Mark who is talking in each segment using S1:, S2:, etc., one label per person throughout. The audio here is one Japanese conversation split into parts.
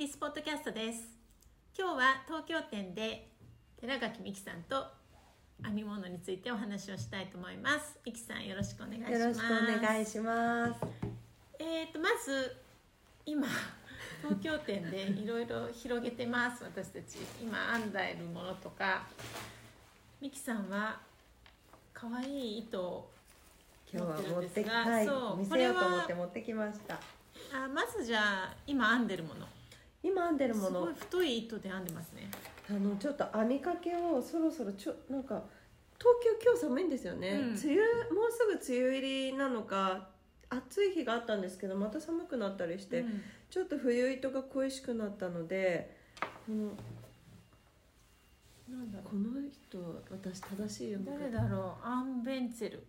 S1: キスポッドキャストです今日は東京店で寺垣美希さんと編み物についてお話をしたいと思います美希さんよろしくお願いします
S2: よろしくお願いします。
S1: えー、とまず今東京店でいろいろ広げてます私たち今編んだいるものとか美樹さんは可愛い糸を
S2: 今日は
S1: 持
S2: 持
S1: っる
S2: って
S1: んです
S2: て
S1: が
S2: はい
S1: そう
S2: 見
S1: こ
S2: せ
S1: れ
S2: よ
S1: は
S2: うと思って持ってきました。
S1: あまずじゃあ今編んでるもの
S2: 今編んでるも
S1: すごい
S2: の、
S1: 太い糸で編んでますね
S2: あのちょっと編みかけをそろそろちょなんか東京今日寒いんですよね。
S1: うん
S2: 梅雨もうすぐ梅雨入りなのか暑い日があったんですけどまた寒くなったりして、
S1: うん
S2: ちょっと冬糸が恋しくなったので。この
S1: なんだろ
S2: この人私正しいうよ
S1: 誰だろうアンベンツェル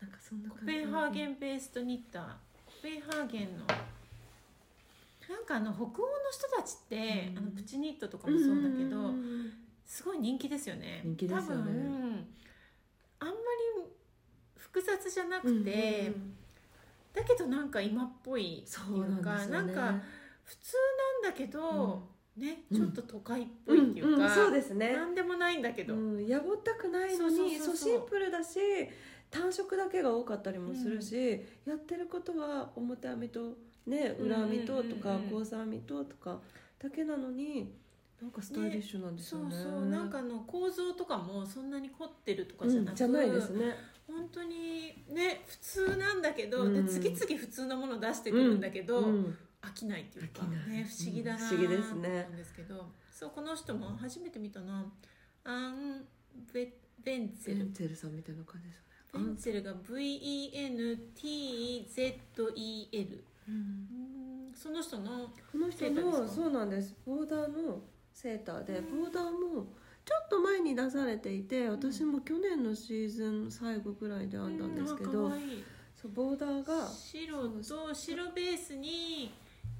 S2: なんかそんな
S1: コ
S2: 感じ
S1: ペンハーゲンベーストニッターコペンハーゲンのなんかあの北欧の人たちって、
S2: うん
S1: あのプチニットとかもそうだけど、
S2: んうんうん
S1: すごい人気ですよね
S2: 人気です
S1: 多
S2: よね
S1: 分、うんあんまり複雑じゃなくて、
S2: うんうんうん
S1: だけどなんか今っぽいって
S2: そ
S1: いううか
S2: なんですよね
S1: なんか普通なんだけど、ね
S2: うん
S1: ちょっと都会っぽいっていうか、
S2: んんそうですね
S1: なんでもないんだけど、
S2: うん、やぼったくないのに
S1: そ
S2: そう
S1: そうそうそう
S2: シンプルだし単色だけが多かったりもするし、やってることは表編みと、ね、裏編みととか
S1: うんうんうんうん
S2: 交差編みととかだけなのになんかスタイリッシュなんです
S1: そ
S2: よ
S1: う
S2: ね
S1: そうなんかあの構造とかもそんなに凝ってるとかじゃなく、
S2: うんじゃないですね
S1: 本当にね普通なんだけど、
S2: う
S1: で
S2: ん
S1: 次々普通のもの出してくるんだけど、
S2: うん
S1: 飽きないっていうか、
S2: 飽きない
S1: ね、不思議だな
S2: うん不思議です
S1: と思
S2: ね
S1: うんですけど、そうこの人も初めて見たなアン・ベベンツ
S2: ベ
S1: ェル
S2: ンツェルさんみたいな感じですね
S1: ベンツェルが VENTEZEL
S2: うん
S1: うんその人の
S2: この人
S1: セーターで
S2: の
S1: すか
S2: そうなんですボーダーのセーターでボーダーもちょっと前に出されていて私も去年のシーズン最後ぐらいで編んだんですけ
S1: う
S2: ど
S1: んあ可愛い
S2: そうボーダーが
S1: 白と白ベースに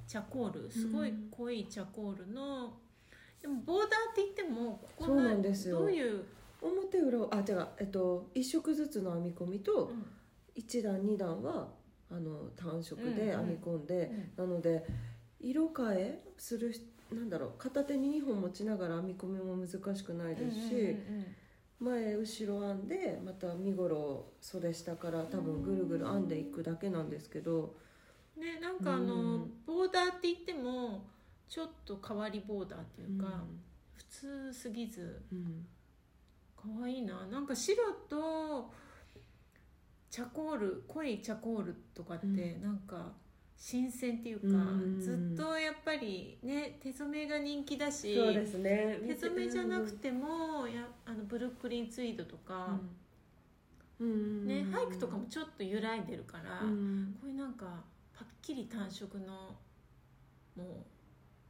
S1: チャコールすごい濃いチャコールの、でもボーダーって言ってもここ
S2: そう
S1: な
S2: なんですよ
S1: どういう、
S2: 表裏をあ違うえっと一色ずつの編み込みと一段二段はあの単色
S1: うん
S2: で
S1: うん
S2: 編み込んで、なので色変えするしなんだろう片手に2本持ちながら編み込みも難しくないですし、
S1: うんうんうん
S2: 前後ろ編んでまた身ごろを袖下から多分ぐるぐる編んでいくだけなんですけど、
S1: うんねなんかあの、
S2: うん
S1: ボーダーって言ってもちょっと変わりボーダーっていうか、
S2: う
S1: 普通すぎず
S2: ん
S1: 可愛いななんか白とチャコール濃いチャコールとかって
S2: う
S1: なんか新鮮っていうか、
S2: うん
S1: ずっとやっぱりね手染めが人気だし
S2: そうですね
S1: 手染めじゃなく
S2: て、
S1: てもやあのブルックリンツイードとか、
S2: うんうん
S1: ね俳句とかもちょっと揺らいでるから、
S2: うん
S1: こういうなんかパッキリ単色のも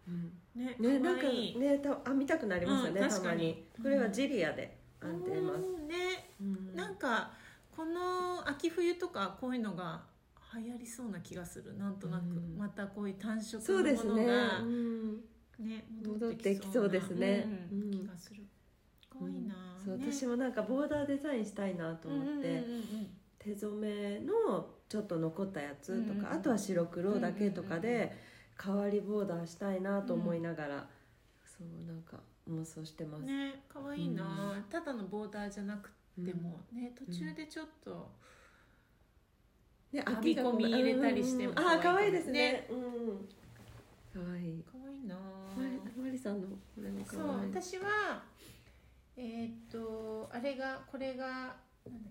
S2: うん
S1: うね
S2: ね、なん
S1: 可
S2: か
S1: 愛い
S2: ね、た編みたくなりますよね、
S1: うん
S2: た
S1: 確か
S2: ま
S1: に
S2: に
S1: うん
S2: これはジリアで編んでます、
S1: うんね
S2: うん
S1: なんかこの秋冬とかこういうのが流行りそうな気がするなんとなく、
S2: うん
S1: またこういう単色
S2: そう
S1: の
S2: で
S1: も
S2: す
S1: の
S2: ね、
S1: が
S2: う、ん
S1: ね
S2: 戻ってきそうですね
S1: うん
S2: うん
S1: 気がするかわいいな、
S2: そう
S1: ね
S2: 私もなんかボーダーデザインしたいなと思っ
S1: う
S2: て、
S1: んうんうんうん
S2: 手染めのちょっと残ったやつ
S1: う
S2: とか、
S1: んうん
S2: あとは白黒だけとか
S1: うんうんうん
S2: で変わりボーダーしたいなと思いながら、そうなんか妄想してます、
S1: ね可愛いな、ただのボーダーじゃなく
S2: うん
S1: ても、ね途中でちょっと、編
S2: ね
S1: み
S2: 秋が
S1: 込み入れたりしても
S2: うんうんうんあー可
S1: 可愛
S2: 愛
S1: い
S2: い
S1: で
S2: ですす
S1: ね
S2: ねうん可愛い
S1: 可愛いな、
S2: マリマリさんのこれも可
S1: そう
S2: 愛い
S1: 私はえーっとあれがこれが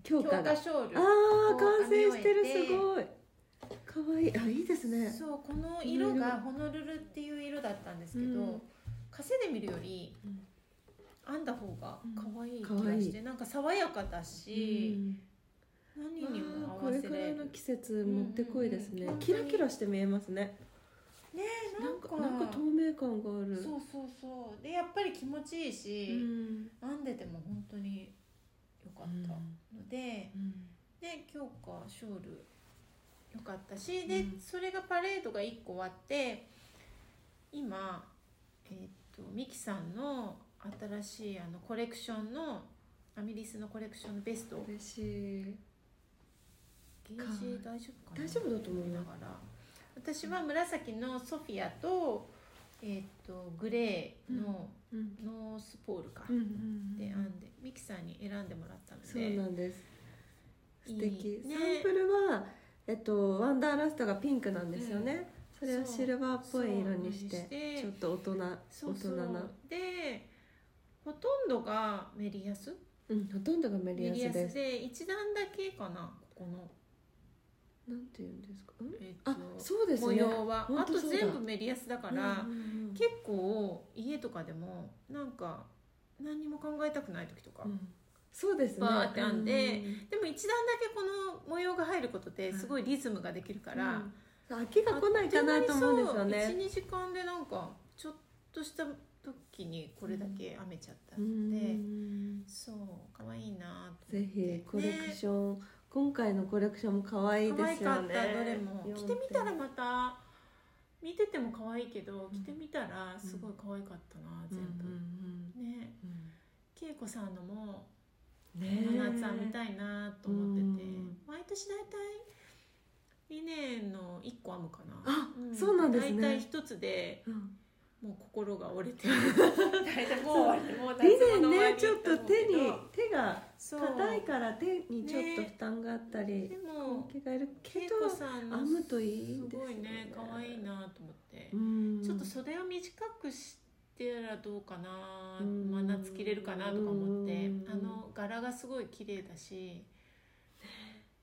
S2: 強化が
S1: 強化ショール
S2: ああ完成してるすごいかわいいあいいですね
S1: そうこの色が
S2: こ
S1: ホノルルっていう色だったんですけど、
S2: うん
S1: 稼いでみるより
S2: うん
S1: 編んだ方が可愛い気
S2: うん可
S1: が
S2: 愛
S1: し
S2: い
S1: て、なんか爽やかだし、何に
S2: うん
S1: も
S2: わー
S1: 合
S2: こ
S1: わ
S2: れ
S1: せ
S2: く
S1: ら
S2: ら
S1: れ
S2: い
S1: る
S2: の季節もってこいですね、
S1: うんうんうん
S2: キラキラして見えますね
S1: ねえ
S2: な
S1: なんん
S2: か
S1: か
S2: なんか透明感がある
S1: そうそうそうでやっぱり気持ちいいし、
S2: ん
S1: 編んでても本当に良かったので、
S2: うん
S1: で強化ショール良かったしで、
S2: うん
S1: それがパレードが1個終わって今えーっとミキさんの新しいあのコレクションのアミリスのコレクションのベストを
S2: 嬉しい
S1: ゲージ大丈夫かな
S2: 大丈夫だと思い
S1: 見な
S2: ま
S1: がら私は紫のソフィアと,、えっとグレーの
S2: うん
S1: ノースポールか、
S2: うんうん
S1: で編んでミキさんに選んでもらったので
S2: そうなんです
S1: い
S2: 素
S1: い
S2: 敵
S1: ね
S2: サンプルはえっとワンダーラストがピンクなんですよね、
S1: うん
S2: それをシルバーっぽい色にし
S1: そうそうにして
S2: てちょっと大人
S1: そうそう
S2: 大人な、
S1: でほとんどがメリヤス
S2: うん、ほとんどが
S1: メ
S2: メリ
S1: リ
S2: ヤ
S1: ヤ
S2: ス
S1: ス
S2: です
S1: で一段だけかなここの、
S2: なんて言うんですか、ん
S1: えっと
S2: あそうです
S1: 模
S2: ね
S1: 様はあ
S2: 本
S1: と
S2: 当そうだ
S1: 全部メリヤスだから、
S2: うんうんうん
S1: 結構家とかでもなんか何にも考えたくない時とか、
S2: うんそうですね
S1: バーって編んで
S2: う
S1: でも一段だけこの模様が入ることですごいリズムができるから、
S2: うん秋が来ないかなと思うんですよね
S1: 12時間でなんかちょっとした時にこれだけ編めちゃった
S2: う
S1: の
S2: ん
S1: で、そう可愛いなと
S2: ぜ
S1: 思って
S2: ひコレクション、今回のコレクションも可愛い
S1: 可
S2: で
S1: 愛
S2: すよ
S1: かっ
S2: ね
S1: たどれも
S2: 四
S1: 着
S2: 点
S1: てみたらまた見てても可愛いけど着てみたらすごい可愛かったな、
S2: うん
S1: 全部、
S2: うん
S1: ね
S2: うん
S1: 恵子さんのも
S2: ね
S1: 真
S2: え
S1: 夏編みたいなと思ってて、
S2: うん
S1: 毎年大体リネンの1個編むかな
S2: あそうなんですね
S1: 大体一つで
S2: うん
S1: もう心が折れてる大体もう終わりもう
S2: 以
S1: 夏の終わ
S2: 前
S1: り
S2: ねちょっと手に手が
S1: そう
S2: 硬いから手にちょっと負担があった
S1: で
S2: り
S1: も
S2: 毛がいるけ
S1: 恵
S2: ど
S1: 子さんの
S2: 編むといいんです
S1: す
S2: よ
S1: ごいね可愛いなと思って、
S2: うん
S1: ちょっと袖を短くしてらどうかな、
S2: うん
S1: 真夏着れるかなとか思って、
S2: うん
S1: あの柄がすごい綺麗だし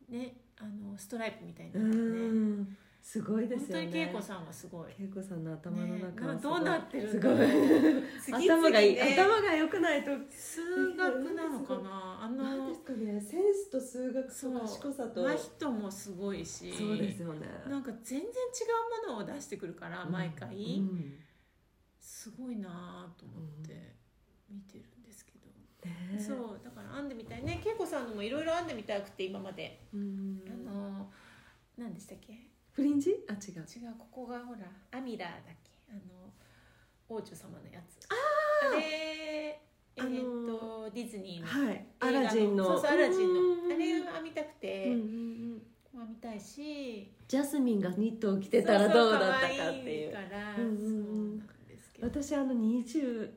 S1: ねあのストライプみたいにな
S2: う
S1: ってね、
S2: んすごいで
S1: 本
S2: す
S1: 当
S2: よね
S1: に恵子さんはすごい
S2: 恵子さんの頭の中は
S1: ね
S2: すごい
S1: どうなってる
S2: す
S1: ん
S2: ご
S1: だろう
S2: い頭がいい頭が良くないと
S1: 数学なのかなあ
S2: なんで
S1: の
S2: すかねセンスと数学
S1: そ
S2: と
S1: う
S2: 賢さと
S1: 真人もすごいし
S2: そうですよね
S1: なんか全然違うものを出してくるから毎回、
S2: うん
S1: すごいなと思って見てるんですけど、
S2: ね
S1: そうだから編んでみたいね恵子さんのもいろいろ編んでみたくて今まで、
S2: うん
S1: あの何でしたっけ
S2: フリンジあ違う
S1: 違うここがほらアミラーだっけあの王女様のやつあれえ
S2: あのー
S1: ーっとディズニーの
S2: はい、ア
S1: 映画
S2: ラジンの
S1: そうそうアラジンの
S2: うん
S1: あれを編みたくて、
S2: うんうんうん
S1: 編みたいし
S2: ジャスミンがニットを着てたらどうだったかって
S1: そ
S2: い
S1: うそ可愛から、
S2: うんうん
S1: そう
S2: うん
S1: なんですけど
S2: 私あの20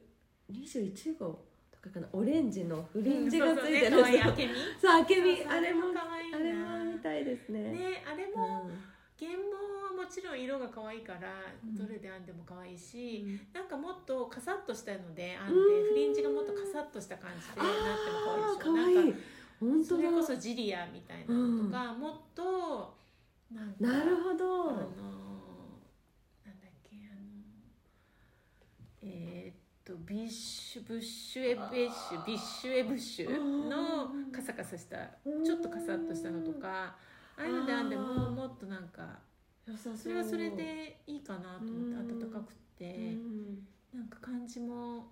S2: 21号とかかなオレンジのフリンジがつい
S1: う
S2: てるんですよ、
S1: んそうそうね可愛い明美
S2: そう あけみ
S1: そうそう
S2: あれも
S1: 可愛いな
S2: あれもみたいですね
S1: ねあれ
S2: う
S1: も原毛はもちろん色が可愛いから
S2: うん
S1: どれで編んでも可愛い
S2: ん
S1: し、なんかもっとカサッとしたので編んで
S2: うん
S1: フリンジがもっとカサッとした感じでな
S2: あ
S1: っ
S2: あ
S1: て
S2: か
S1: も可
S2: わ
S1: 愛
S2: い
S1: いでしょなん
S2: い
S1: か
S2: 本当
S1: そ
S2: だ
S1: れこそジリアみたいなのとか、もっとなんか
S2: なるほ
S1: あ
S2: ど
S1: のーなんだっけあのーえーっとビッシュブッシュエブッシュビッシュエブッシュのカサカサしたちょっとカサッとしたのとかああいうので編んで
S2: あ
S1: も
S2: ー
S1: もっとなんか
S2: 良さう
S1: それはそれでいいかなと思って
S2: うん
S1: 暖かく
S2: う
S1: て
S2: ん
S1: なんか感じも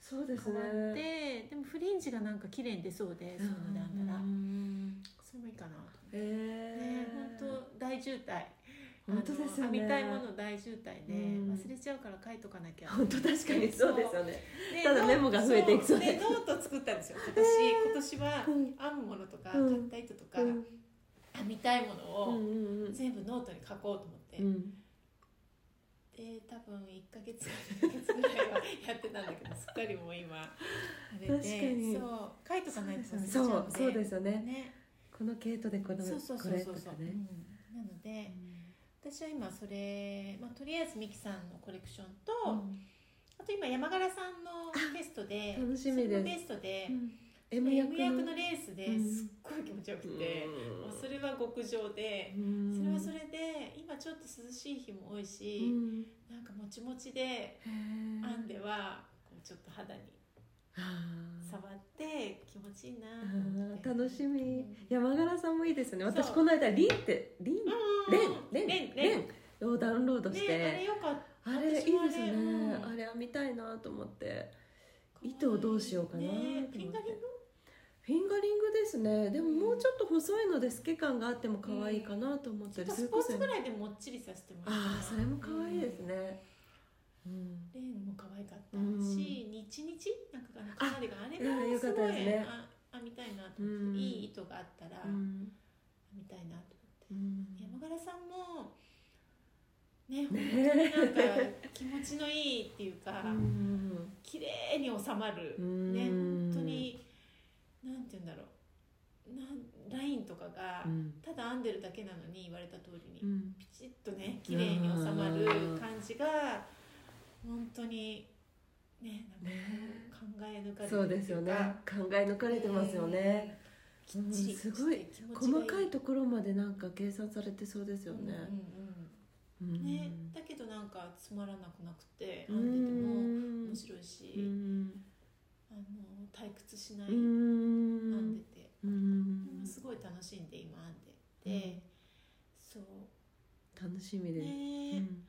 S2: そうです
S1: 変
S2: ね
S1: わってでもフリンジがなんか綺麗に出そうでそういうので編んだら
S2: うん
S1: それもいいかなと思って。
S2: へ
S1: ね
S2: え
S1: 本当大渋滞
S2: 本当ですよね
S1: あの編みたいもの大渋滞で、
S2: うん
S1: 忘れちゃうから書いとかなきゃ
S2: 本当確かにそうですよね
S1: で
S2: ただメモが増えていく
S1: そ
S2: そうう
S1: で
S2: で
S1: ノート作ったんですよ今年今
S2: う
S1: 年は編むものとか
S2: うん
S1: 買った糸とか、
S2: うん
S1: 編みたいもの
S2: うん
S1: を
S2: うんうん
S1: 全部ノートに書こうと思って、
S2: うん
S1: で多分1ヶ月2ヶ月ぐらいはやってたんだけどすっかりもう今あれで
S2: 確かに
S1: そう書いとかないと忘れちゃ
S2: そううん
S1: で
S2: そうですよね
S1: ね
S2: この系統でこの
S1: そうそう
S2: こ
S1: そう
S2: れ
S1: そ
S2: と
S1: うそ
S2: か
S1: う、
S2: ね
S1: うんなので私は今それ、まあ、とりあえずミキさんのコレクションと、あと今山柄さんのゲストで
S2: 楽しみです
S1: それもゲストで、
S2: M
S1: M
S2: 役
S1: 役
S2: の
S1: のレース
S2: う
S1: で
S2: ん
S1: すっごい気持ちよくて、もうそれは極上で、それはそれで今ちょっと涼しい日も多いし、なんかもちもちで編んではこうちょっと肌に触って気持ちいいなと思って
S2: 楽し
S1: う
S2: み
S1: ん
S2: 山柄さんもいいですね私
S1: そう
S2: この間リンってリン
S1: うん
S2: レンレンレンをダウンロード
S1: ね
S2: し
S1: あれ
S2: て
S1: よかった
S2: あれいいです
S1: 私もあれ
S2: ね
S1: うん
S2: あれ編みたいなと思って糸をどうしようかなと思って
S1: ねフィンガリング
S2: フィンガリングですねでももうちょっと細いので透け感があっても可愛いかなと思ったり
S1: スポーツぐ
S2: い
S1: らいでもっちりさせてもらった
S2: ああそれも可愛いですねうん
S1: レーンも可愛かったし、
S2: うん
S1: 日々なんかあのカーディガンあれ
S2: うん
S1: も
S2: よ
S1: す
S2: かっ
S1: ご
S2: た
S1: い、
S2: ですね
S1: あ編みたいなと思って、
S2: うん
S1: いい糸があったら
S2: う
S1: 編
S2: ん
S1: みたいなと思って、
S2: うん
S1: 山柄さんもね
S2: ね
S1: なんか気持ちのいいっていうか
S2: うん
S1: 綺麗に収まる
S2: うん
S1: ね本当になんて言うんだろうなんラインとかが
S2: うん
S1: ただ編んでるだけなのに言われた通りに
S2: うん
S1: ピチッとね綺麗に収まる感じが本当にねなんか
S2: ね
S1: 考え抜かれてるっていか
S2: そうですよね考え抜かれてますよね、
S1: きっちり
S2: うんすごい
S1: して気持ちが
S2: 細かいところまでなんか計算されてそうですよ
S1: うん
S2: ね、
S1: うん
S2: うん
S1: うんねだけどなんかつまらなくなくて
S2: う
S1: 編んでても
S2: ん
S1: 面白いし、
S2: うん
S1: あの退屈しない、
S2: う
S1: 編んで
S2: ん
S1: て
S2: うん
S1: すごい楽しんで今編んでて、
S2: うん
S1: そう
S2: 楽しみです、
S1: ね、
S2: うん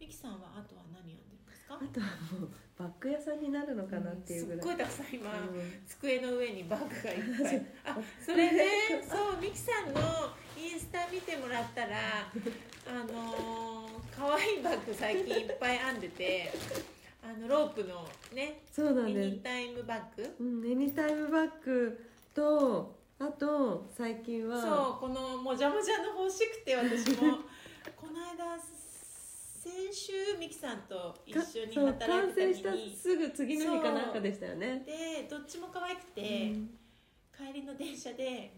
S1: ミキさんはあとは何編んでるんですか
S2: あとはもうバッグ屋さんになるのかなっていうぐ
S1: すっ
S2: らい、
S1: ごいたくさん今、
S2: うん
S1: 机の上にバッグがいっぱいあそれねそうミキさんのインスタ見てもらったらあのー可愛いバッグ最近いっぱい編んでてあのロープのね
S2: そうな
S1: ミ
S2: んです
S1: ニタイムバッグ
S2: うん、エニタイムバッグとあと最近は
S1: そうこのもじゃもじゃの欲しくて私 もこの間先週ミキさんと一
S2: か
S1: 緒に
S2: そう
S1: 働いてた
S2: 完
S1: 時
S2: 成し
S1: に
S2: たすぐ次の日かなんかでしたよね
S1: でどっちも可愛くて、
S2: うん
S1: 帰りの電車で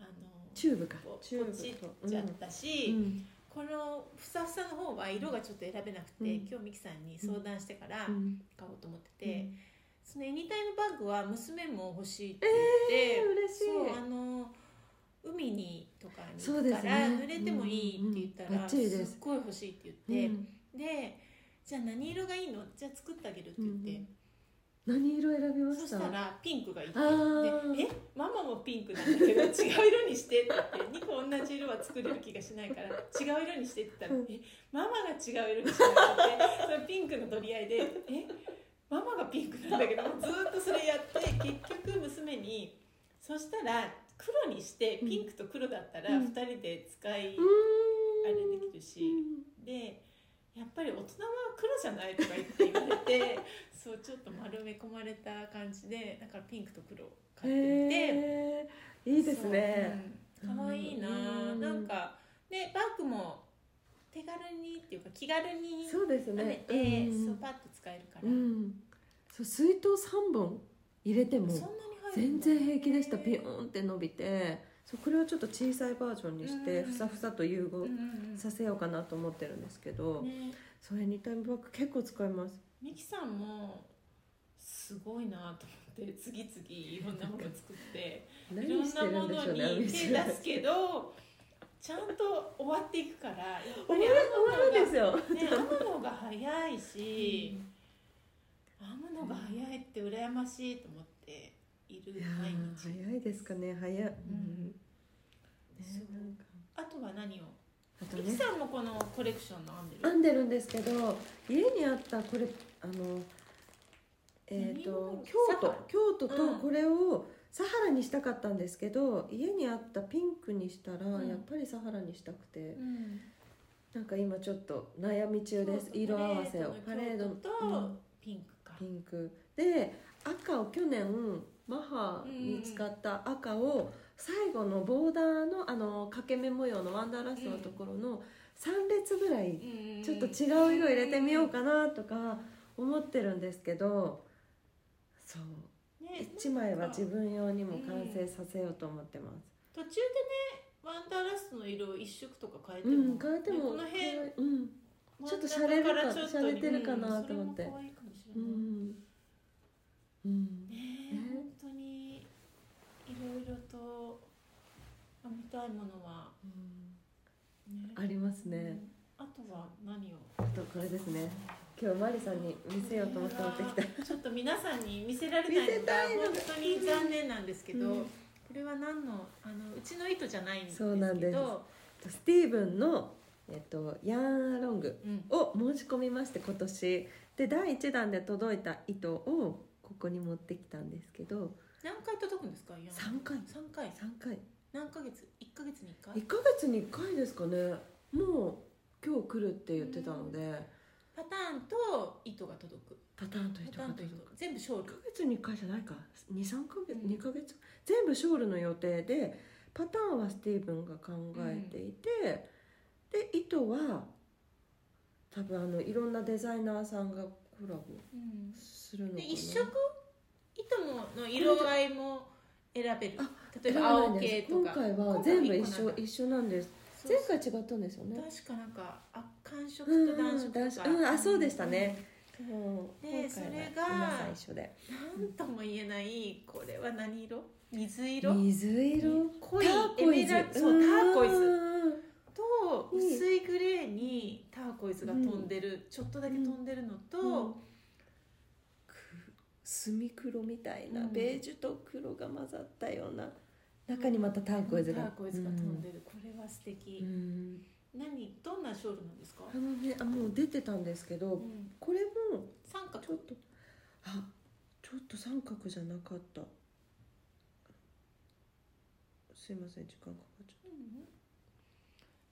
S1: あの
S2: チューブか
S1: こ
S2: チュー
S1: ポチ
S2: ブと
S1: っちゃったし、
S2: うん
S1: このふさふさの方は色がちょっと選べなくて、
S2: うん
S1: 今日ミキさんに相談してから
S2: うん
S1: 買おうと思って
S2: うん
S1: て、そのエニタイムバッグは娘も欲しいって言って、
S2: えー嬉しい
S1: そうあの海にとかに
S2: そう
S1: 行
S2: で
S1: く
S2: す
S1: か
S2: ね
S1: ら濡れてもいいって言った
S2: うんうん
S1: ら、
S2: バッ
S1: す
S2: チリです
S1: っごい欲しいって
S2: う
S1: 言って、
S2: ん
S1: でじゃあ何色がいいのじゃあ作ってあげるって言って。
S2: 何色選びま
S1: そ
S2: し
S1: した
S2: た
S1: らピンクがいいって
S2: ー
S1: でえママもピンクなんだけど違う色にして」って言って「2個同じ色は作れる気がしないから違う色にして」って言ったら
S2: うん
S1: 「えママが違う色にして」って言ってそのピンクの取り合いで「えママがピンクなんだけど」ずーっとそれやって結局娘にそしたら黒にしてピンクと黒だったら
S2: うん
S1: 2人で使い、
S2: うーん
S1: あれできるし。でやっぱり大人は黒じゃないとか言って言われ てそうちょっと丸め込まれた感じでだからピンクと黒を買ってみて、
S2: へーいいですね
S1: そううん可愛、いな、
S2: うん
S1: なんかねバッグも手軽にっていうか気軽に
S2: そうです
S1: 編め
S2: ね
S1: て、
S2: うん
S1: そうパッと使えるから、
S2: うんそう水筒3本入れても
S1: そんなに入る
S2: 全
S1: んだ
S2: 然平気でしたピヨ
S1: うん
S2: ーンって伸びてそうこれをちょっと小さいバージョンにして
S1: うん
S2: ふさふさと融合
S1: うんうん
S2: させようかなと思ってるんですけど、
S1: ね
S2: それにタイムバッグ結構使います
S1: ミキさんもすごいなと思って次々いろんなもの作って。
S2: 何
S1: いろん
S2: してる
S1: なんも
S2: で
S1: の
S2: しょう
S1: に
S2: ねア
S1: 手
S2: ミ
S1: 出
S2: ス
S1: すけどちゃんと終わっていくからやっぱ
S2: 終
S1: り
S2: わる終わるんですよ、
S1: 編むのがね編むのが早いし編むのが早いって羨ましいと思っている
S2: いや
S1: 毎
S2: ー
S1: 日
S2: 早いですかね早い、うんね
S1: そう
S2: なんか
S1: あとは何を
S2: あと
S1: ミキ
S2: ね
S1: さんもこのコレクションの編んでる
S2: 編んでるんですけど家にあったこれあのえー、と
S1: 何
S2: 京都京都と
S1: うん
S2: これをサハラにしたかったんですけど、家にあったピンクにしたら
S1: ん
S2: やっぱりサハラにしたくて、
S1: うん
S2: なんか今ちょっと悩み中です
S1: そうそう
S2: 色合わせを
S1: パレードの京
S2: パレード
S1: 都
S2: う
S1: と
S2: ん
S1: ピンクか
S2: ピンクで赤を去年マハに使った赤を最後のボーダーのあの掛け目模様のワンダーラストのところの3列ぐらいちょっと違う色入れてみようかなとか思ってるんですけどそう
S1: ね
S2: 1枚は自分用にも完成させようと思ってます
S1: 途中でねワンダーラストの色を一色とか変えて
S2: う
S1: も、
S2: ん変えて
S1: ね
S2: も
S1: この辺
S2: うんちょっと洒落るか洒落てるかなと思って
S1: うんそれも可愛いかもしれ
S2: う
S1: ない、
S2: んうん
S1: ねえ
S2: ね
S1: 本当にいろいろと編みたいものは、
S2: うん
S1: ね、
S2: ありますね
S1: うんあとは何を
S2: あとこれですね今日マリさんに見せようと思って持ってきた
S1: たちょっと皆さんに見せられない
S2: 見せ
S1: のが
S2: たいの
S1: 本当に残念なんですけど、
S2: うん
S1: これは何のあのうちの糸じゃないんですけど
S2: そうなんですスティーブンの、えっと、ヤンアロング
S1: うん
S2: を申し込みまして今年で第1弾で届いた糸をここに持ってきたんですけど
S1: 何回届くんですか山
S2: 三回
S1: 三回
S2: 3回
S1: 何ヶ月一ヶ月に一回
S2: 1ヶ月に1回ですかねもう今日来るって言ってたので、
S1: パターンと糸が届く
S2: パターンと
S1: パ
S2: 糸
S1: タ
S2: が
S1: ーンと
S2: 届
S1: 糸
S2: く
S1: 全部勝
S2: 1
S1: 利
S2: ヶ月に1回じゃないか23ヶ月
S1: うん
S2: 2ヶ月全部ショールの予定でパターンはスティーブンが考えていて、で糸は多分あのいろんなデザイナーさんがコラボ
S1: うん
S2: するのか
S1: で
S2: な
S1: 一色糸の色合いも選べる
S2: あ
S1: 例えば
S2: そうな
S1: 青
S2: んで
S1: 系
S2: す
S1: とか
S2: 今回は
S1: 今回
S2: 全部
S1: 一個な
S2: 一緒
S1: んだ
S2: 一緒なんです
S1: そう
S2: 前回違ったんですよね
S1: 確かなんかあ寒色
S2: うんうん
S1: と暖色と
S2: 暖
S1: か
S2: 色うんあそうでしたね、もう
S1: で
S2: 今回は
S1: それが
S2: 皆さん一緒で
S1: うんなんとも言えないこれは何色水色
S2: 水色
S1: 濃い
S2: ターコイ
S1: エ
S2: ズ
S1: メラルドそうターコイズ
S2: うん
S1: と
S2: うん
S1: 薄いグレーにターコイズが飛んでる、ちょっとだけ飛んでるのと、
S2: うんく墨黒みたいな、
S1: うん
S2: ベージュと黒が混ざったような中にまたターコイズが、
S1: ターコイズが飛んでる、これは素
S2: う
S1: 敵、
S2: ん
S1: 何どんなショールなんですか、
S2: あのねあもう出てたんですけど、
S1: うん、
S2: これも
S1: 三角
S2: ちょっとあちょっと三角じゃなかったすいません時間かかっちゃっ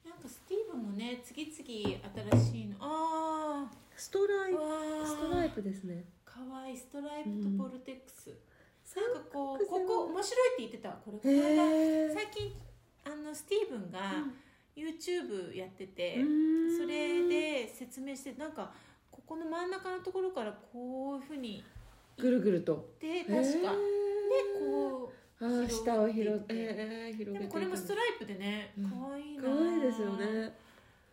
S1: うんなんかスティーブもね次々新しいのあ
S2: たストラ
S1: あ
S2: イプ
S1: わ
S2: ストライ
S1: プ
S2: プですね
S1: かわいいストライプとボルテックス、
S2: 三
S1: なんかこう
S2: 角
S1: こ
S2: 線
S1: こ面白いって言ってたこれこ
S2: へ
S1: の間
S2: え
S1: 最近あのスティーブンが YouTube やってて、そ
S2: そ
S1: れで説明してなんかここの真ん中のところからこういうふうに
S2: ぐるぐると
S1: で確か、
S2: へ
S1: で
S2: え
S1: こう
S2: あー下を
S1: 広
S2: 広
S1: げ
S2: げ
S1: ていって
S2: えー広げてい
S1: でもこれもストライプでね
S2: うん
S1: 可愛いな
S2: かわいいですよね、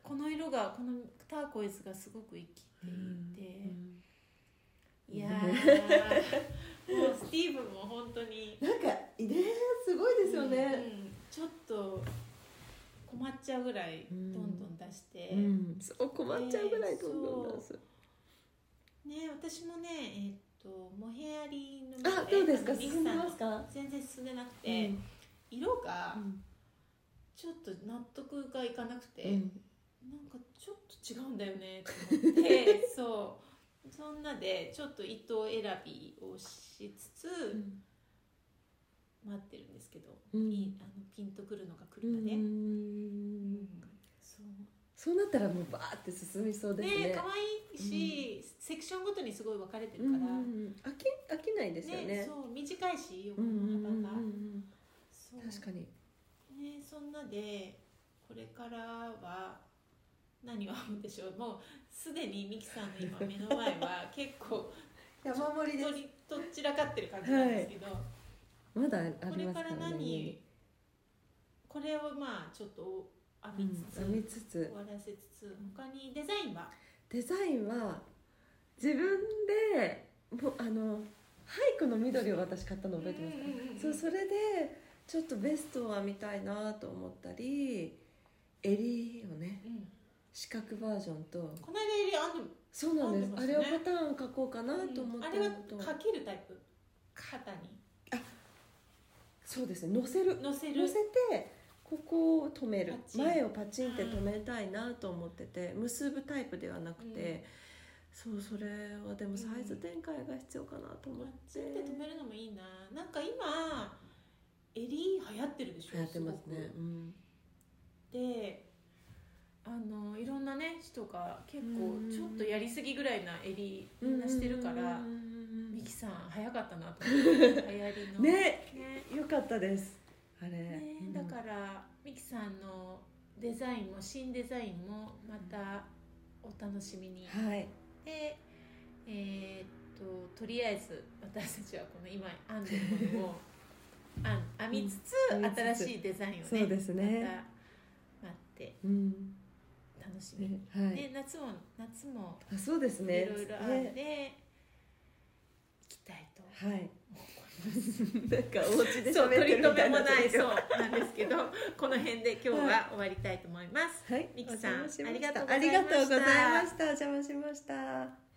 S1: この色がこのターコイズがすごく生きていて、いやー、もうスティーブンも本当に
S2: なんかねすごいですよ
S1: うん
S2: ね、
S1: ちょっと困っちゃうぐらいど
S2: うん
S1: んどん出して、
S2: そう困っちゃうぐらいどんどん出す、
S1: ね私もねえーっとモヘアリの
S2: あどうですか
S1: えーっと
S2: 進んでますか、
S1: 全然進んでなく
S2: うん
S1: て、色が
S2: うん
S1: ちょっと納得がいかなくて、
S2: うん
S1: なんかちょっと違うんだよねと思って そうそんなでちょっと糸選びをしつつ待ってるんですけど、
S2: うん
S1: いいあのピンとくるのが来る
S2: う
S1: まで、
S2: ん
S1: そう
S2: そうなったらもうバーって進みそうですね
S1: ね可愛いし、セクションごとにすごい分かれて
S2: う
S1: る
S2: んう
S1: か
S2: ん
S1: ら、
S2: うん飽き飽きないですよね
S1: そう短いし横
S2: うんうん
S1: の
S2: う
S1: 幅
S2: ん
S1: が、
S2: うん
S1: そう
S2: 確かに
S1: ねそんなでこれからは何を編むでしょうもうすでにミキさんの今目の前は結 構
S2: 山盛り
S1: とりとっちらかってる感じなんですけど、
S2: まだあり
S1: これ
S2: ます
S1: か
S2: かららね家に
S1: 何これをまあちょっと
S2: う
S1: 編み
S2: ん
S1: つつ、
S2: 編みつつ
S1: 終わらせつつ他にデザインは
S2: デザインは自分でもうあのハイクの緑を私買ったの覚えてますか、そうそれでちょっとベストは見たいなと思ったり襟をね
S1: うん
S2: 四角バージョンと
S1: この間よりあの
S2: そうなんです
S1: あ
S2: あ
S1: で
S2: れ
S1: も
S2: を
S1: ね
S2: パターン書こうかなと思った
S1: あれは
S2: のと、
S1: かけるタイプ肩に
S2: そうですね乗せる
S1: 乗せる
S2: 乗せてここを止める
S1: パチン
S2: 前をパチンって止めたいなと思ってて結ぶタイプではなくて、そうそれはでもサイズ展開が必要かなと思
S1: こ
S2: っ、
S1: ってちって止めるのもいいななんか今襟流行ってるでしょ
S2: 流行ってますね
S1: す
S2: うん
S1: ごくであのいろんなね人が結構
S2: うん
S1: ちょっとやりすぎぐらいな襟みんなしてるから
S2: うんうんうん
S1: ミキさん早かったなと 思って流行りの
S2: ね
S1: ね
S2: よかったですあれ、
S1: ね
S2: うん
S1: だからミキさんのデザインも新デザインもまたお楽しみに
S2: はい
S1: でえーっととりあえず私たちはこの今編んでるもの を編ん編みつつ
S2: うん編みつつ
S1: 新しいデザインをね
S2: そうですね
S1: また待って
S2: うん
S1: 楽しみ、
S2: ねはい、
S1: で夏も夏も
S2: あそうです
S1: い
S2: ね
S1: ろいろ編ん
S2: ね
S1: で、いきたいと
S2: はいなんかお 家で
S1: そう
S2: 喋っ
S1: 取
S2: て
S1: り
S2: る
S1: 留
S2: みた
S1: め
S2: いに
S1: も
S2: なっ
S1: ない
S2: て
S1: そ
S2: る
S1: うなんですけどこの辺で今日は終わりたいと思います、
S2: はい
S1: ミキさん
S2: お邪魔しました
S1: ありがとうございました
S2: ありがとうございましたお邪魔しました